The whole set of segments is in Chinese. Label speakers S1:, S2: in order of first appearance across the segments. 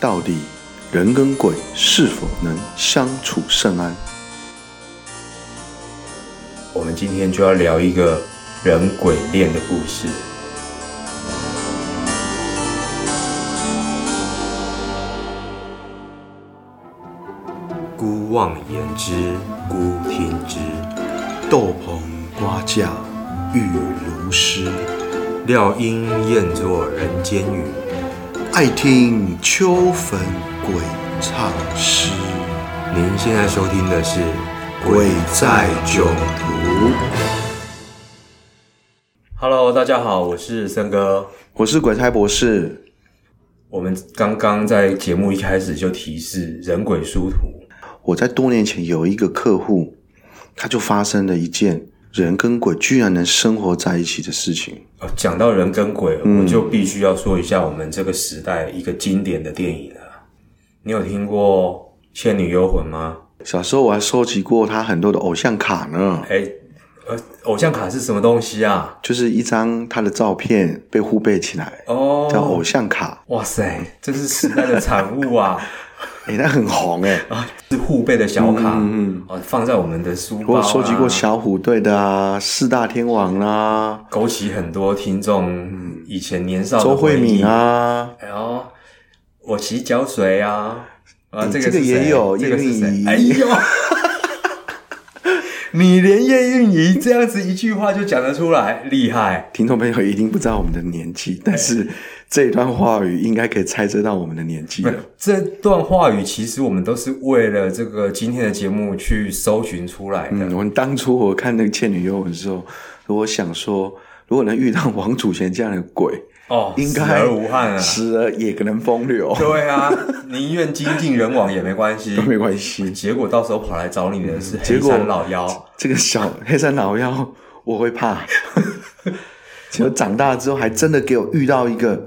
S1: 到底人跟鬼是否能相处甚安？
S2: 我们今天就要聊一个人鬼恋的故事。姑妄言之，姑听之。
S3: 豆棚瓜架雨如诗，
S2: 料应厌作人间语，
S3: 爱听秋坟鬼唱诗。
S2: 您现在收听的是《
S3: 鬼在囧途》。
S2: Hello，大家好，我是森哥。
S1: 我是鬼差博士，
S2: 我们刚刚在节目一开始就提示人鬼殊途，
S1: 我在多年前有一个客户，他就发生了一件人跟鬼居然能生活在一起的事情。
S2: 哦，讲到人跟鬼，我就必须要说一下我们这个时代一个经典的电影了。你有听过《倩女幽魂》吗？
S1: 小时候我还收集过他很多的偶像卡呢，
S2: 哎，呃，偶像卡是什么东西啊？
S1: 就是一张他的照片被互背起来，
S2: 哦，
S1: 叫偶像卡。
S2: 哇塞，这是时代的产物啊！
S1: 诶，那很红诶。
S2: 啊，是互背的小卡，嗯，哦，放在我们的书包、
S1: 我
S2: 啊。
S1: 有收集过小虎队的啊，四大天王啦、
S2: 勾起很多听众以前年少的
S1: 周慧
S2: 回忆
S1: 敏，啊，
S2: 然后我洗脚水啊，啊，
S1: 哎
S2: 这个
S1: 这个
S2: 是
S1: 也
S2: 谁
S1: 有
S2: 这个是
S1: 叶蕴
S2: 谁？
S1: 仪
S2: 哎呦， 你连叶蕴仪这样子一句话就讲得出来，厉害！
S1: 听众朋友一定不知道我们的年纪，但是这一段话语应该可以猜测到我们的年纪了。
S2: 这段话语其实我们都是为了这个今天的节目去搜寻出来的。
S1: 嗯，我们当初我看那个《倩女幽魂》的时候，我想说，如果能遇到王祖贤这样的鬼，
S2: 哦，
S1: 应该
S2: 死而无憾啊！
S1: 死了也可能风 流，
S2: 对啊，宁愿精尽人亡也没关 系
S1: 都。没关系。
S2: 结果到时候跑来找你的是
S1: 嗯结
S2: 黑
S1: 果
S2: 山老妖，
S1: 这个小黑山老妖，我会怕。 结果长大之后，还真的给我遇到一个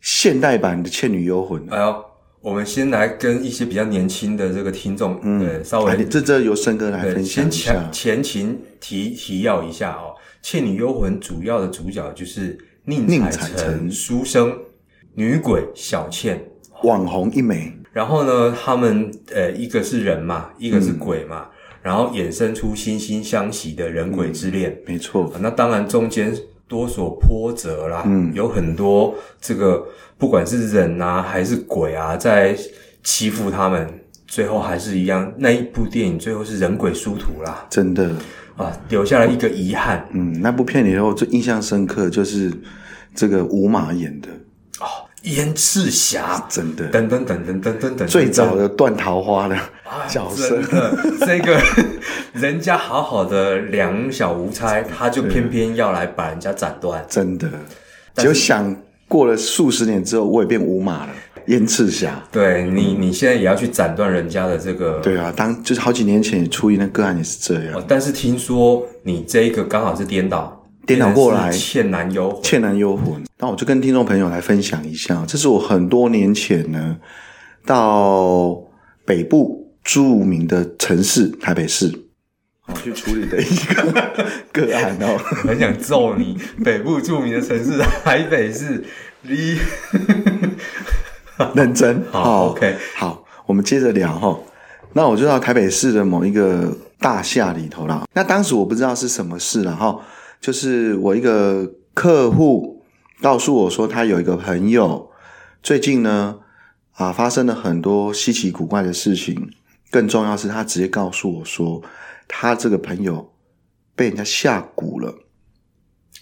S1: 现代版的《倩女幽魂》
S2: 哎呦，我们先来跟一些比较年轻的这个听众，呃，稍
S1: 哎
S2: 微
S1: 你这这由森哥来
S2: 对，
S1: 分享
S2: 先
S1: 一下
S2: 前。前情提提要一下哦，《倩女幽魂》主要的主角就是宁
S1: 宁
S2: 采
S1: 采
S2: 臣、
S1: 臣
S2: 书生、女鬼小倩。
S1: 网红一枚，
S2: 然后呢，他们呃，一个是人嘛，一个是
S1: 嗯
S2: 鬼嘛，然后衍生出惺惺相惜的人鬼之恋。
S1: 没错，
S2: 啊那当然中间多所波折啦，
S1: 嗯
S2: 有很多这个不管是人啊还是鬼啊，在欺负他们，最后还是一样。那一部电影最后是人鬼殊途啦，
S1: 真的。
S2: 啊，留下了一个遗憾。
S1: 嗯，那部片里头最印象深刻就是这个吴马演的，
S2: 燕赤霞，
S1: 真的
S2: 等等等等等等等，
S1: 最早的断桃花的
S2: 啊
S1: 角色，
S2: 真的这个人家好好的两小无猜，他就偏偏要来把人家斩断。
S1: 真的，只有想过了数十年之后，我也变吴马了，燕赤霞。
S2: 对你，你现在也要去斩断人家的这个
S1: 对啊，当就是好几年前也处理那个案也是这样，
S2: 哦，但是听说你这一个刚好是颠倒，
S1: 颠倒过来
S2: 变成是欠男 幽魂
S1: 倩男幽魂。那我就跟听众朋友来分享一下，这是我很多年前呢到北部著名的城市台北市，我哦去处理 的一个个案哦。
S2: 很想揍你。北部著名的城市台北市，你
S1: 认真。
S2: 好
S1: 哦
S2: OK
S1: 好，我们接着聊哈、那我就到台北市的某一个大厦里头啦。那当时我不知道是什么事啦，哈、就是我一个客户告诉我说，他有一个朋友最近呢啊发生了很多稀奇古怪的事情，更重要是他直接告诉我说，他这个朋友被人家下蛊了。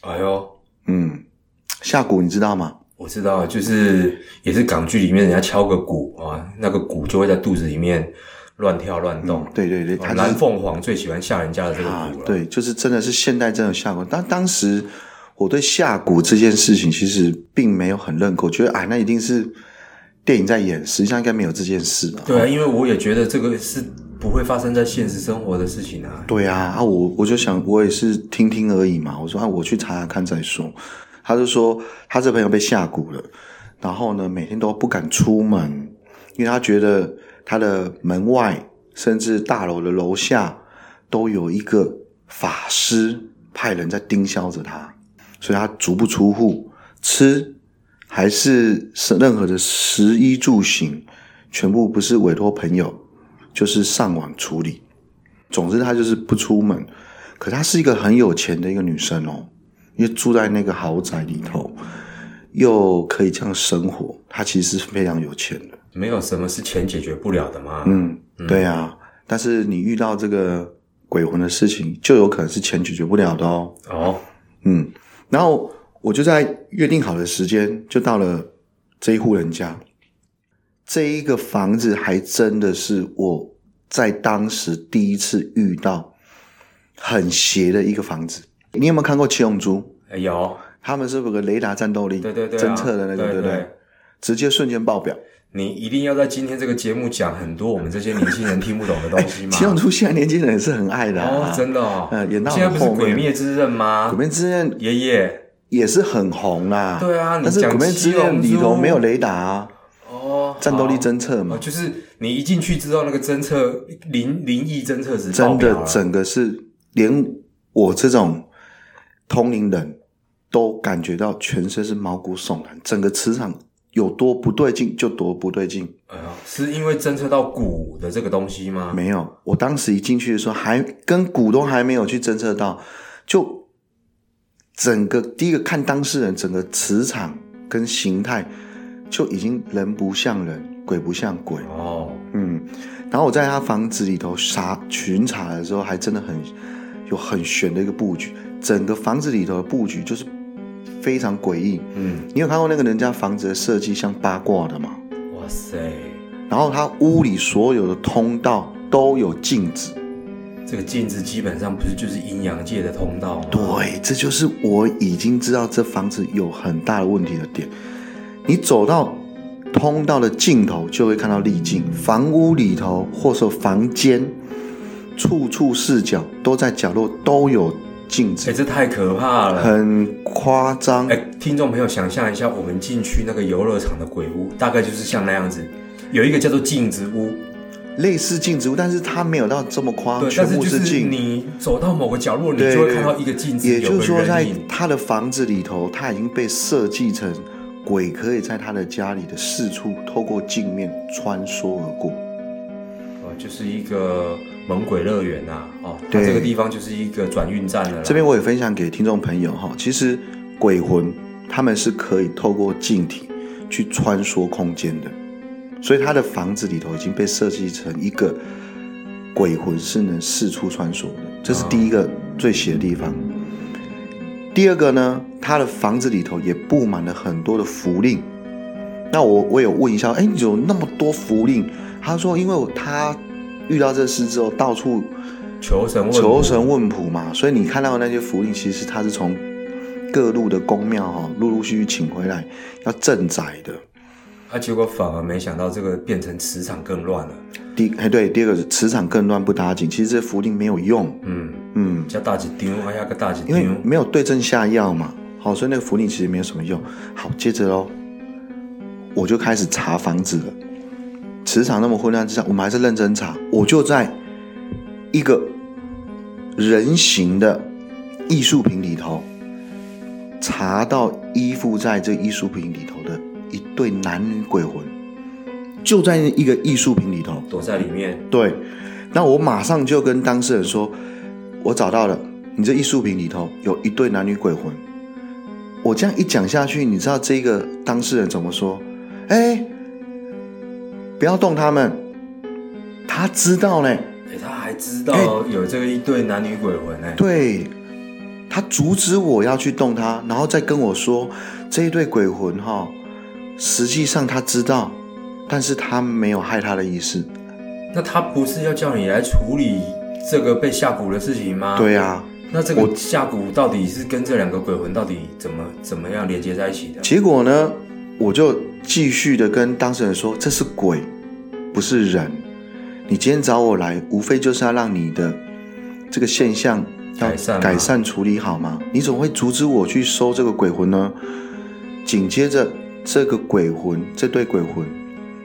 S2: 哎呦，
S1: 嗯，下蛊你知道吗？
S2: 我知道，就是也是港剧里面人家敲个鼓啊，那个鼓就会在肚子里面乱跳乱动。
S1: 对对对，
S2: 哦
S1: 嗯他就是啊
S2: 蓝凤凰最喜欢吓人家的这个鼓了。，
S1: 对，就是真的是现代真的有下蛊。但当时我对下蛊这件事情其实并没有很认可，我觉得哎，那一定是电影在演，实际上应该没有这件事吧？
S2: 对啊，因为我也觉得这个是不会发生在现实生活的事情啊。
S1: 对啊，啊我我就想我也是听听而已嘛，我说啊我去查查看再说。他就说他这朋友被下蛊了，然后呢每天都不敢出门，因为他觉得他的门外甚至大楼的楼下都有一个法师派人在盯梢着他，所以他足不出户，吃还是是任何的食衣住行，全部不是委托朋友，就是上网处理。总之，她就是不出门。可她是一个很有钱的一个女生哦，因为住在那个豪宅里头，又可以这样生活，她其实是非常有钱的。
S2: 没有什么是钱解决不了的嘛。
S1: 嗯，对啊。但是你遇到这个鬼魂的事情，就有可能是钱解决不了的哦。
S2: 哦，
S1: 嗯，然后我就在约定好的时间，就到了这一户人家。这一个房子还真的是我在当时第一次遇到很邪的一个房子。你有没有看过《七龙珠》？
S2: 哎有，
S1: 他们是不是有个雷达战斗力？
S2: 对对对啊，
S1: 侦测的那个，
S2: 对
S1: 对不对？直接瞬间爆表。
S2: 你一定要在今天这个节目讲很多我们这些年轻人听不懂的东 西吗？
S1: 七龙珠现在年轻人也是很爱的、啊
S2: 哎哦，真的啊哦，
S1: 呃演到
S2: 现在不是
S1: 后
S2: 《
S1: 面
S2: 鬼灭之刃》吗？
S1: 鬼灭之刃》
S2: 爷爷，
S1: 也是很红啦。
S2: 对啊你
S1: 但是《
S2: 讲
S1: 鬼灭之
S2: 七龙
S1: 刃》里
S2: 珠
S1: 头没有雷达、啊，
S2: 哦，
S1: 战斗力
S2: 好
S1: 侦测嘛
S2: 哦，。就是你一进去知道那个侦测灵灵异侦测值爆
S1: 真
S2: 表
S1: 的
S2: 了，
S1: 整个是连我这种通灵人都感觉到全身是毛骨悚然，整个磁场有多不对劲就多不对劲。
S2: 哎呦是因为侦测到骨的这个东西吗？
S1: 没有，我当时一进去的时候还跟股东还没有去侦测到，就整个第一个看当事人整个磁场跟形态就已经人不像人，鬼不像鬼。
S2: 哦，
S1: 嗯，然后我在他房子里头查巡查的时候，还真的很有很玄的一个布局，整个房子里头的布局就是非常诡异。
S2: 嗯，
S1: 你有看过那个人家房子的设计像八卦的吗？
S2: 哇塞，
S1: 然后他屋里所有的通道都有镜子，
S2: 这个镜子基本上不是就是阴阳界的通道吗？
S1: 对，这就是我已经知道这房子有很大的问题的点。你走到通道的尽头，就会看到丽镜，房屋里头或者房间，处处视角都在角落都有镜
S2: 哎、
S1: 子，
S2: 这太可怕了。
S1: 很夸张。
S2: 哎，听众朋友，想象一下，我们进去那个游乐场的鬼屋，大概就是像那样子，有一个叫做镜子屋，
S1: 类似镜子屋，但是它没有到这么夸，
S2: 对，
S1: 哦全
S2: 但是
S1: 部
S2: 就是
S1: 镜。
S2: 你走到某个角落，你
S1: 对
S2: 就会看到一个镜子，
S1: 也就是
S2: 有
S1: 说，
S2: 个
S1: 在
S2: 人影。
S1: 他的房子里头，他已经被设计成鬼可以在他的家里的四处透过镜面穿梭而过。
S2: 哦，就是一个猛鬼乐园呐、啊，哦，它
S1: 对
S2: 这个地方就是一个转运站了啦。
S1: 这边我也分享给听众朋友哈，其实鬼魂他们是可以透过镜体去穿梭空间的，所以他的房子里头已经被设计成一个鬼魂是能四处穿梭的，这是第一个最邪的地方。第二个呢，他的房子里头也布满了很多的符令。那我我有问一下，哎，你怎么那么多符令？他说，因为我他遇到这事之后，到处
S2: 求神问卜
S1: 求神问卜嘛，所以你看到的那些符令，其实它是从各路的宫庙哈、陆陆续续请回来要镇宅的。
S2: 啊，结果反而没想到这个变成磁场更乱了。
S1: 第哎对，第二个是磁场更乱不打紧，其实这符令没有用，
S2: 嗯，
S1: 嗯，
S2: 叫大几丢，哎呀个大几
S1: 因
S2: 丢
S1: 为，没有对症下药嘛，好，所以那个符令其实没有什么用。好，接着喽，我就开始查房子了。磁场那么混乱之下，我们还是认真查。我就在一个人形的艺术品里头，查到依附在这艺术品里头的一对男女鬼魂，就在一个艺术品里头。
S2: 躲在里面。
S1: 对，那我马上就跟当事人说，我找到了，你这艺术品里头有一对男女鬼魂。我这样一讲下去，你知道这个当事人怎么说？哎，不要动他们，他知道嘞，
S2: 哎，他还知道有这个一对男女鬼魂哎、
S1: 对。他阻止我要去动他，然后再跟我说这一对鬼魂哈、实际上他知道，但是他没有害他的意思。
S2: 那他不是要叫你来处理这个被下蛊的事情吗？
S1: 对啊，
S2: 那这个下蛊到底是跟这两个鬼魂到底怎么怎么样连接在一起的？
S1: 结果呢，我就继续的跟当事人说，这是鬼，不是人。你今天找我来，无非就是要让你的这个现象要
S2: 改善吗
S1: 改善处理好吗？你怎么会阻止我去收这个鬼魂呢？紧接着，这个鬼魂，这对鬼魂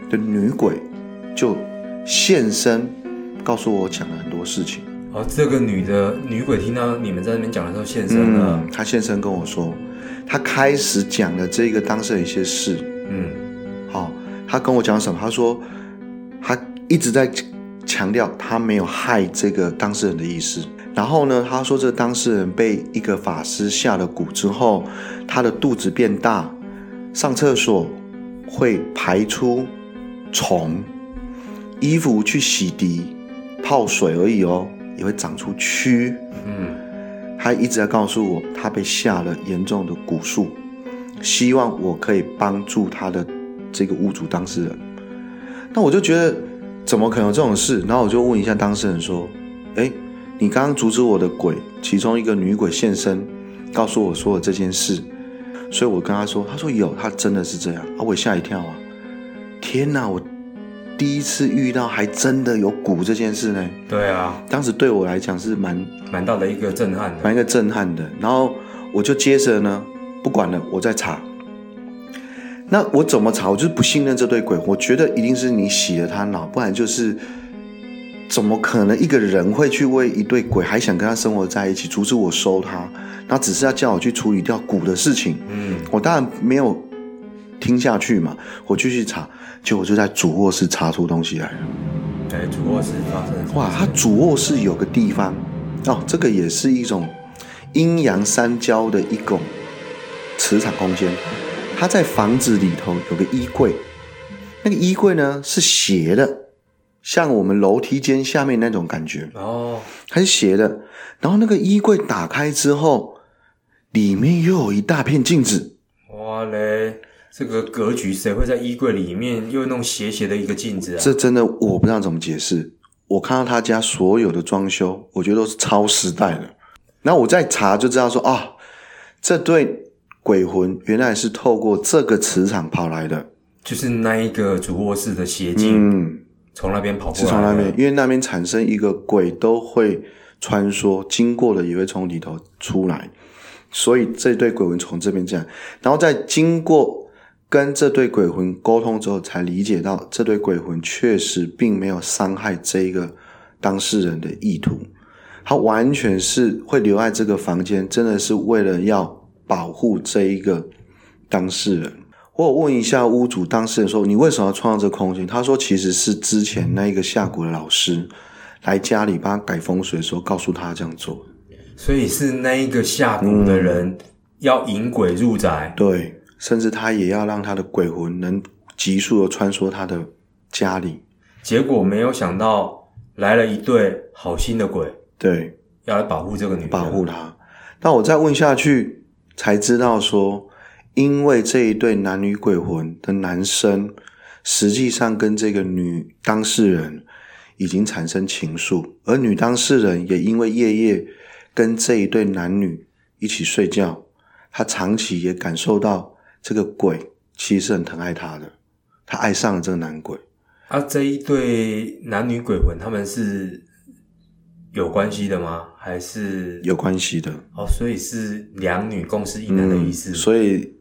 S1: 的女鬼就现身，告诉我讲了很多事情。
S2: 哦，这个女的女鬼听到你们在那边讲的时候现身了
S1: 嗯，，他现身跟我说，他开始讲了这个当事人一些事，
S2: 嗯
S1: 好、他跟我讲什么？他说他一直在强调他没有害这个当事人的意思。然后呢，他说这个当事人被一个法师下了蛊之后，他的肚子变大，上厕所会排出虫，衣服去洗涤泡水而已哦，也会长出蛆。
S2: 嗯
S1: 他一直在告诉我，他被下了严重的蛊术，希望我可以帮助他的这个屋主当事人。那我就觉得，怎么可能有这种事？然后我就问一下当事人说：“哎，你刚刚阻止我的鬼，其中一个女鬼现身，告诉我说了这件事。”所以我跟他说：“他说有，他真的是这样。”啊，我吓一跳啊！天哪，我第一次遇到还真的有蛊这件事呢。
S2: 对啊，
S1: 当时对我来讲是蛮
S2: 蛮大的一个震撼
S1: 蛮
S2: 的，
S1: 一个震撼的。然后我就接着呢，不管了，我在查。那我怎么查？我就是不信任这对鬼，我觉得一定是你洗了他脑，不然就是怎么可能一个人会去为一对鬼还想跟他生活在一起，阻止我收他？那只是要叫我去处理掉蛊的事情。
S2: 嗯
S1: 我当然没有听下去嘛，我继续查，结果就在主卧室查出东西来了。
S2: 哎，主卧室发生了什么事
S1: 哇，它主卧室有个地方哦，这个也是一种阴阳三交的一种磁场空间。它在房子里头有个衣柜，那个衣柜呢是斜的，像我们楼梯间下面那种感觉，
S2: 哦，
S1: 它是斜的。然后那个衣柜打开之后，里面又有一大片镜子。
S2: 哇嘞，这个格局谁会在衣柜里面又弄斜斜的一个镜子啊？
S1: 这真的我不知道怎么解释。我看到他家所有的装修，我觉得都是超时代的。然后我再查就知道说啊，这对鬼魂原来是透过这个磁场跑来的。
S2: 就是那一个主卧室的斜镜
S1: 嗯，
S2: 从那边跑过
S1: 是
S2: 来，
S1: 从那边，，因为那边产生一个鬼都会穿梭，经过的也会从里头出来，所以这对鬼魂从这边进来，然后再经过跟这对鬼魂沟通之后，才理解到这对鬼魂确实并没有伤害这一个当事人的意图，他完全是会留在这个房间，真的是为了要保护这一个当事人。我有问一下屋主当事人说：“你为什么要创造这个空间？”他说：“其实是之前那一个下蛊的老师来家里帮他改风水的时候，告诉他这样做。
S2: 所以是那一个下蛊的
S1: 嗯
S2: 人要引鬼入宅，
S1: 对，甚至他也要让他的鬼魂能急速的穿梭他的家里。
S2: 结果没有想到来了一对好心的鬼，
S1: 对，
S2: 要来保护这个女的，
S1: 保护他。那我再问下去，才知道说，因为这一对男女鬼魂的男生，实际上跟这个女当事人已经产生情愫，而女当事人也因为夜夜跟这一对男女一起睡觉，她长期也感受到这个鬼其实是很疼爱她的，她爱上了这个男鬼。
S2: 啊，这一对男女鬼魂他们是有关系的吗？还是
S1: 有关系的，
S2: 哦？所以是两女共侍一男的意思。
S1: 嗯所以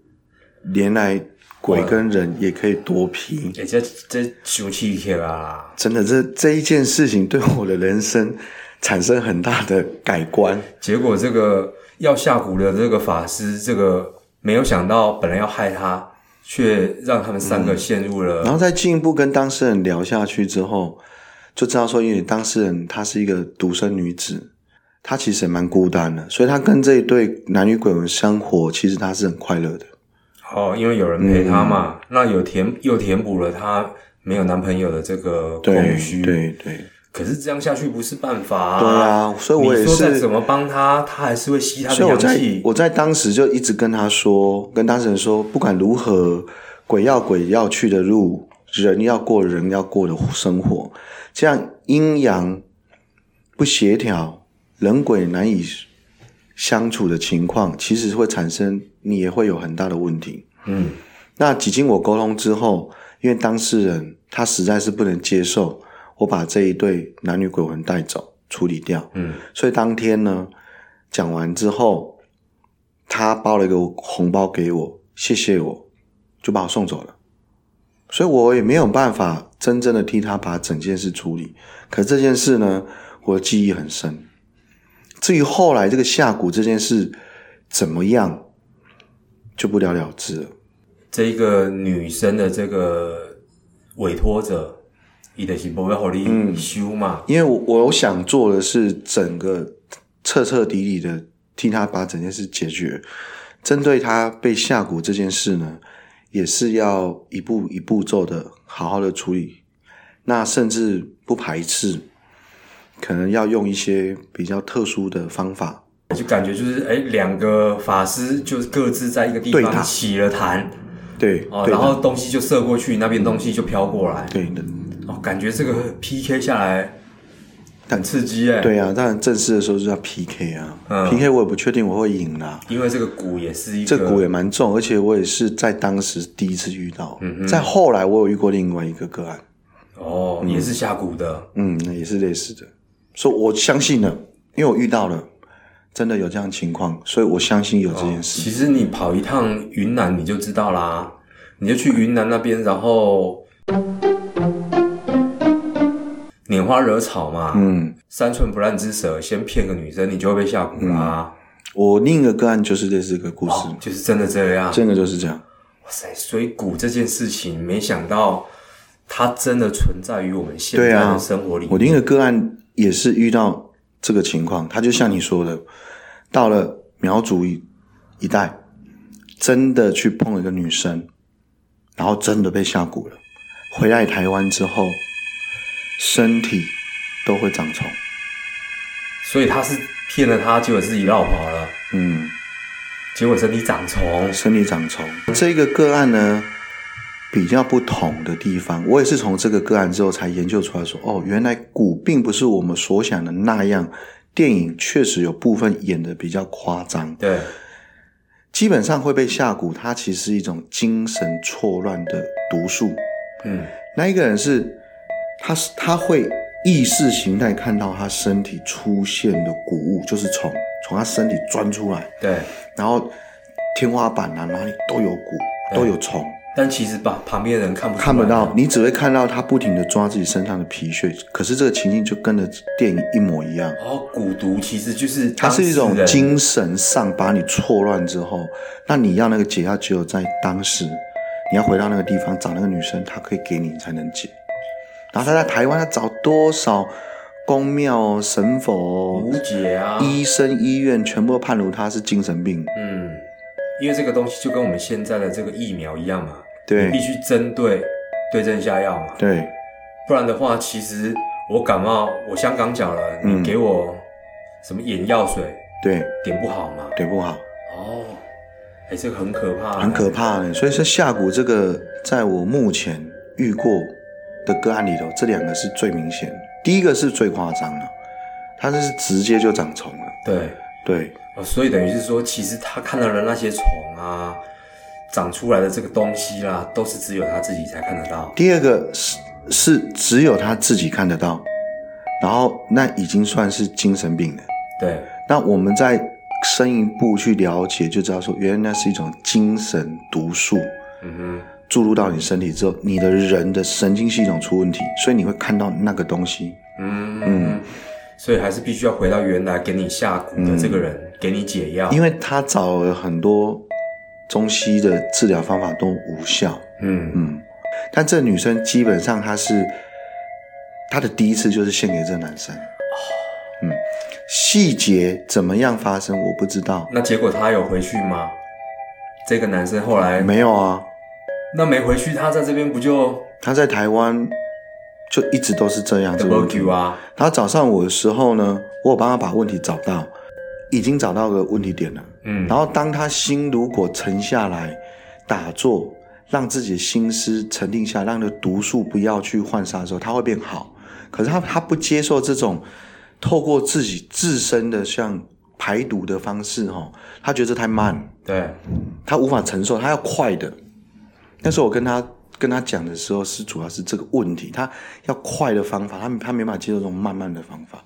S1: 连来鬼跟人也可以多皮。
S2: 以，哎、这这凶气贴啦！
S1: 真的，这这一件事情对我的人生产生很大的改 观。
S2: 结果这个要下蛊的这个法师，这个没有想到，本来要害他，却让他们三
S1: 嗯
S2: 个陷入了、
S1: 然后再进一步跟当事人聊下去之后，就知道说，因为当事人她是一个独生女子，她其实也蛮孤单的，所以她跟这一对男女鬼魂生活，其实她是很快乐的。
S2: 哦，因为有人陪他嘛，
S1: 嗯
S2: 那有填又填补了他没有男朋友的这个空
S1: 对
S2: 虚。
S1: 对对
S2: 可是这样下去不是办法、啊。
S1: 对啊，所以我也
S2: 你说再
S1: 是
S2: 怎么帮他，他还是会吸他的
S1: 所以我
S2: 阳
S1: 在
S2: 气。
S1: 我在当时就一直跟他说，跟当事人说，不管如何，鬼要鬼要去的路，人要过人要过的生活，这样阴阳不协调，人鬼难以相处的情况，其实会产生你也会有很大的问题。
S2: 嗯，
S1: 那几经我沟通之后，因为当事人他实在是不能接受我把这一对男女鬼魂带走处理掉，
S2: 嗯，
S1: 所以当天呢，讲完之后，他包了一个红包给我，谢谢我，就把我送走了。所以我也没有办法真正的替他把整件事处理。可这件事呢，我的记忆很深。至于后来这个下蛊这件事怎么样，就不了了之了。
S2: 这一个女生的这个委托者，伊的是不要互
S1: 嗯
S2: 你修嘛，
S1: 因为我我想做的是整个彻彻底底的替他把整件事解决。针对他被下蛊这件事呢，也是要一步一步骤的好好的处理，那甚至不排斥，可能要用一些比较特殊的方法。
S2: 就感觉就是哎，两个法师就是各自在一个地
S1: 对打
S2: 方起了坛
S1: 对，
S2: 哦，
S1: 对
S2: 然
S1: 的
S2: 后东西就射过去，那边东西就飘过来，
S1: 对的，
S2: 哦，感觉这个 PK 下来很
S1: 但
S2: 刺激哎，，
S1: 对啊，当然正式的时候就要 PK 啊、
S2: 嗯
S1: p k 我也不确定我会赢啦、
S2: 因为这个鼓也是一个
S1: 这股也蛮重，而且我也是在当时第一次遇到。嗯在后来我有遇过另外一个个案，
S2: 哦，也是下蛊的，
S1: 嗯，那也是类似的，所以我相信了，因为我遇到了，真的有这样的情况，所以我相信有这件事。
S2: 哦其实你跑一趟云南你就知道啦，你就去云南那边，然后拈花惹草嘛，
S1: 嗯，
S2: 三寸不烂之舌，先骗个女生，你就会被下蛊啦。
S1: 我另一个个案就是类似这个故事，
S2: 哦就是真的这样。
S1: 真的就是嗯这样。
S2: 哇塞，所以蛊这件事情，没想到它真的存在于我们现在
S1: 对啊
S2: 的生活里。
S1: 我另一个个案也是遇到这个情况，他就像你说的，到了苗族一一带，真的去碰了一个女生，然后真的被下蛊了。回来台湾之后，身体都会长虫。
S2: 所以他是骗了他，结果自己绕跑了，
S1: 嗯。
S2: 结果身体长虫。
S1: 生理长虫。这个个案呢，比较不同的地方，我也是从这个个案之后才研究出来说，哦，原来蛊并不是我们所想的那样。电影确实有部分演的比较夸张，
S2: 对，
S1: 基本上会被下蛊，它其实是一种精神错乱的毒素。
S2: 嗯，
S1: 那一个人是，他是他会意识形态看到他身体出现的谷物，就是虫从他身体钻出来，
S2: 对。
S1: 然后天花板啊哪里都有蛊，都有虫。
S2: 但其实把旁边的人看不出来
S1: 看不到，你只会看到他不停的抓自己身上的皮屑。可是这个情境就跟着电影一模一样，
S2: 哦，蛊毒其实就是
S1: 它
S2: 当事
S1: 是
S2: 人
S1: 一种精神上把你错乱之后，那你要那个解药只有在当时，你要回到那个地方找那个女生，她可以给你你才能解。然后他在台湾，他找多少宫庙哦、神佛
S2: 无
S1: 哦、
S2: 解啊。
S1: 医生、医院，全部都判如他是精神病。
S2: 嗯，因为这个东西就跟我们现在的这个疫苗一样嘛，
S1: 对
S2: 必须针对对症下药嘛，
S1: 对，
S2: 不然的话，其实我感冒，我香港脚了，
S1: 嗯
S2: 你给我什么眼药水
S1: 对，
S2: 点不好嘛？
S1: 对不好。
S2: 哦，哎，这个很可怕，
S1: 很可。怕的。所以说下蛊这个，在我目前遇过的个案里头，这两个是最明显的。第一个是最夸张的，它这是直接就长虫了。
S2: 对，
S1: 对
S2: 哦，所以等于是说，其实他看到的那些虫啊，长出来的这个东西啦，都是只有他自己才看得到。
S1: 第二个是是只有他自己看得到，然后那已经算是精神病了。
S2: 对，
S1: 那我们再深一步去了解，就知道说，原来那是一种精神毒素。
S2: 嗯
S1: 注入到你身体之后，你的人的神经系统出问题，所以你会看到那个东西。
S2: 哼，嗯嗯，所以还是必须要回到原来给你下蛊的这个人，给你解药。
S1: 嗯因
S2: 为，
S1: 为他找了很多中西的治疗方法都无效，
S2: 嗯嗯，
S1: 嗯，但这女生基本上她是她的第一次就是献给这男生，嗯，细节怎么样发生我不知道，
S2: 那结果他有回去吗？这个男生后来
S1: 没有啊，
S2: 那没回去，他在这边不就
S1: 她在台湾就一直都是这样这个
S2: double
S1: 问题
S2: Q 啊？
S1: 然后找上我的时候呢，我有帮她把问题找到，已经找到个问题点了。
S2: 嗯，
S1: 然后当他心如果沉下来，打坐，让自己的心思沉定下，让那个毒素不要去涣散的时候，他会变好。可是他他不接受这种透过自己自身的像排毒的方式哦，他觉得这太慢，
S2: 对，
S1: 他无法承受，他要快的。那时候我跟他跟他讲的时候，是主要是这个问题，他要快的方法，他他没办法接受这种慢慢的方法。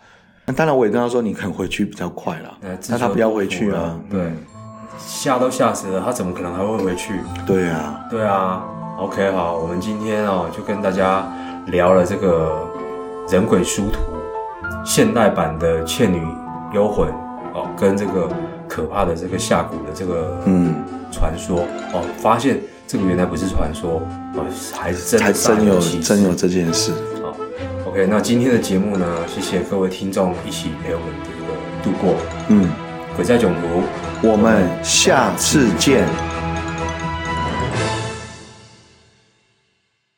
S1: 那当然，我也跟他说，你可能回去比较快啦，
S2: 呃自
S1: 那他
S2: 求
S1: 不要
S2: 多
S1: 回
S2: 福
S1: 去啊
S2: 了。对，吓都吓死了，他怎么可能还会回去？
S1: 对啊。
S2: 对啊，OK，好，我们今天哦就跟大家聊了这个人鬼殊途，现代版的《倩女幽魂》哦，跟这个可怕的这个下蛊的这个
S1: 嗯，
S2: 传说哦，发现这个原来不是传说哦，还真
S1: 还真有
S2: 其事
S1: 真有这件事。
S2: 好，OK，那哦今天的节目呢，谢谢各位听众一起陪我们这个度过
S1: 嗯，
S2: 鬼在囧途，
S1: 我们下次见。